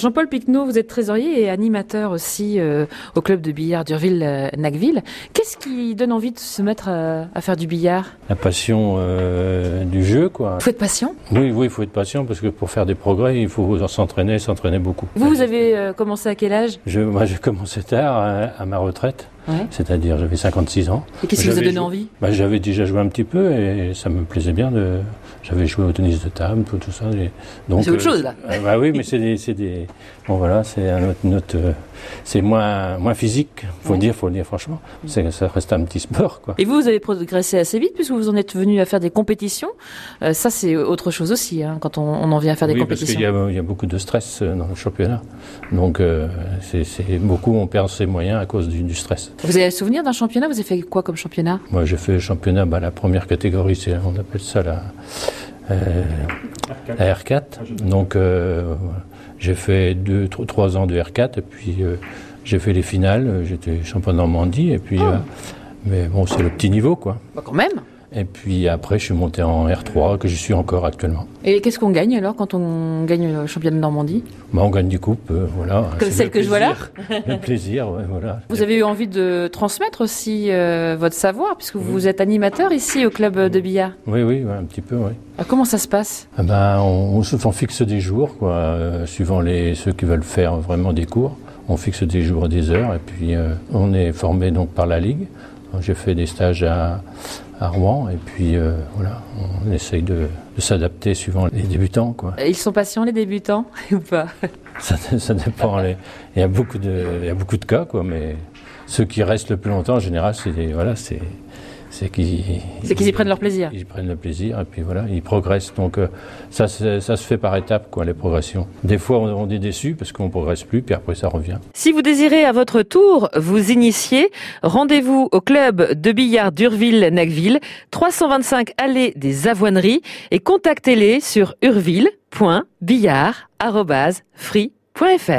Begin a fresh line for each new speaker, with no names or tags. Jean-Paul Picnot, vous êtes trésorier et animateur aussi euh, au club de billard d'Urville-Nacville. Qu'est-ce qui donne envie de se mettre euh, à, à faire du billard
La passion euh, du jeu, quoi.
Faut être patient.
Oui, oui, il faut être patient parce que pour faire des progrès, il faut s'entraîner, s'entraîner beaucoup.
Vous, vous avez euh, commencé à quel âge
Je, moi, j'ai commencé tard à, à ma retraite,
Ouais.
c'est-à-dire j'avais 56 ans.
Et qu'est-ce qui vous a
J'avais
donné
joué-
envie
Bah, J'avais déjà joué un petit peu et ça me plaisait bien. De... J'avais joué au tennis de table, tout, tout ça. et donc,
C'est autre chose, là.
ah, bah oui, mais c'est des, c'est des. Bon voilà, c'est un autre, une autre, euh, c'est moins, moins physique. Faut le dire, faut le dire franchement. C'est, ça reste un petit sport, quoi.
Et vous, vous avez progressé assez vite puisque vous en êtes venu à faire des compétitions. Euh, ça, c'est autre chose aussi hein, quand on, on en vient à faire des
oui, parce qu'il
compétitions.
y, a- il y a beaucoup de stress euh, dans le championnat. Donc, euh, c'est, c'est- beaucoup, on perd ses moyens à cause du, du stress.
Vous avez le souvenir d'un championnat Vous avez fait quoi comme championnat
Moi, j'ai fait le championnat, bah, la première catégorie, c'est, on appelle ça la, euh, la R4. Donc, euh, voilà. j'ai fait deux, tro- trois ans de R4, et puis euh, j'ai fait les finales, euh, j'étais champion de Normandie, et
Ah.
puis, euh, mais bon, c'est le petit niveau, quoi.
Bah, Quand même.
Et puis après, je suis monté en R3, que je suis encore actuellement.
Et qu'est-ce qu'on gagne alors quand on gagne le championnat de Normandie
Bah, on gagne des coupes, euh, voilà.
Comme
C'est
celle
le
que je vois là
plaisir. Le plaisir, ouais, voilà.
Vous avez eu envie de transmettre aussi euh, votre savoir, puisque vous êtes animateur ici au club euh, de billard.
Oui, oui, ouais, un petit peu, oui.
Ah, Comment ça se passe
Ah Ben, on, on se- on fixe des jours, quoi, euh, suivant les, ceux qui veulent faire vraiment des cours. On fixe des jours et des heures, et puis euh, on est formé donc par la Ligue. J'ai fait des stages à, à Rouen, et puis euh, voilà, on essaye de, de s'adapter suivant les débutants, quoi.
Ils sont patients les débutants ou pas
Ça, ça dépend. les- il, y a beaucoup de, il y a beaucoup de cas, quoi, mais ceux qui restent le plus longtemps, en général, c'est des- voilà, c'est c'est qu'ils
C'est qu'ils y prennent leur plaisir.
Ils prennent le plaisir et puis voilà, ils progressent. Donc euh, ça, c'est- ça se fait par étapes, quoi, les progressions. Des fois, on, on est déçu parce qu'on progresse plus, puis après, ça revient.
Si vous désirez à votre tour vous initier, rendez-vous au club de billard d'Urville-Nacville, 325 allée des Avoineries et contactez-les sur urville.billard.free.fr.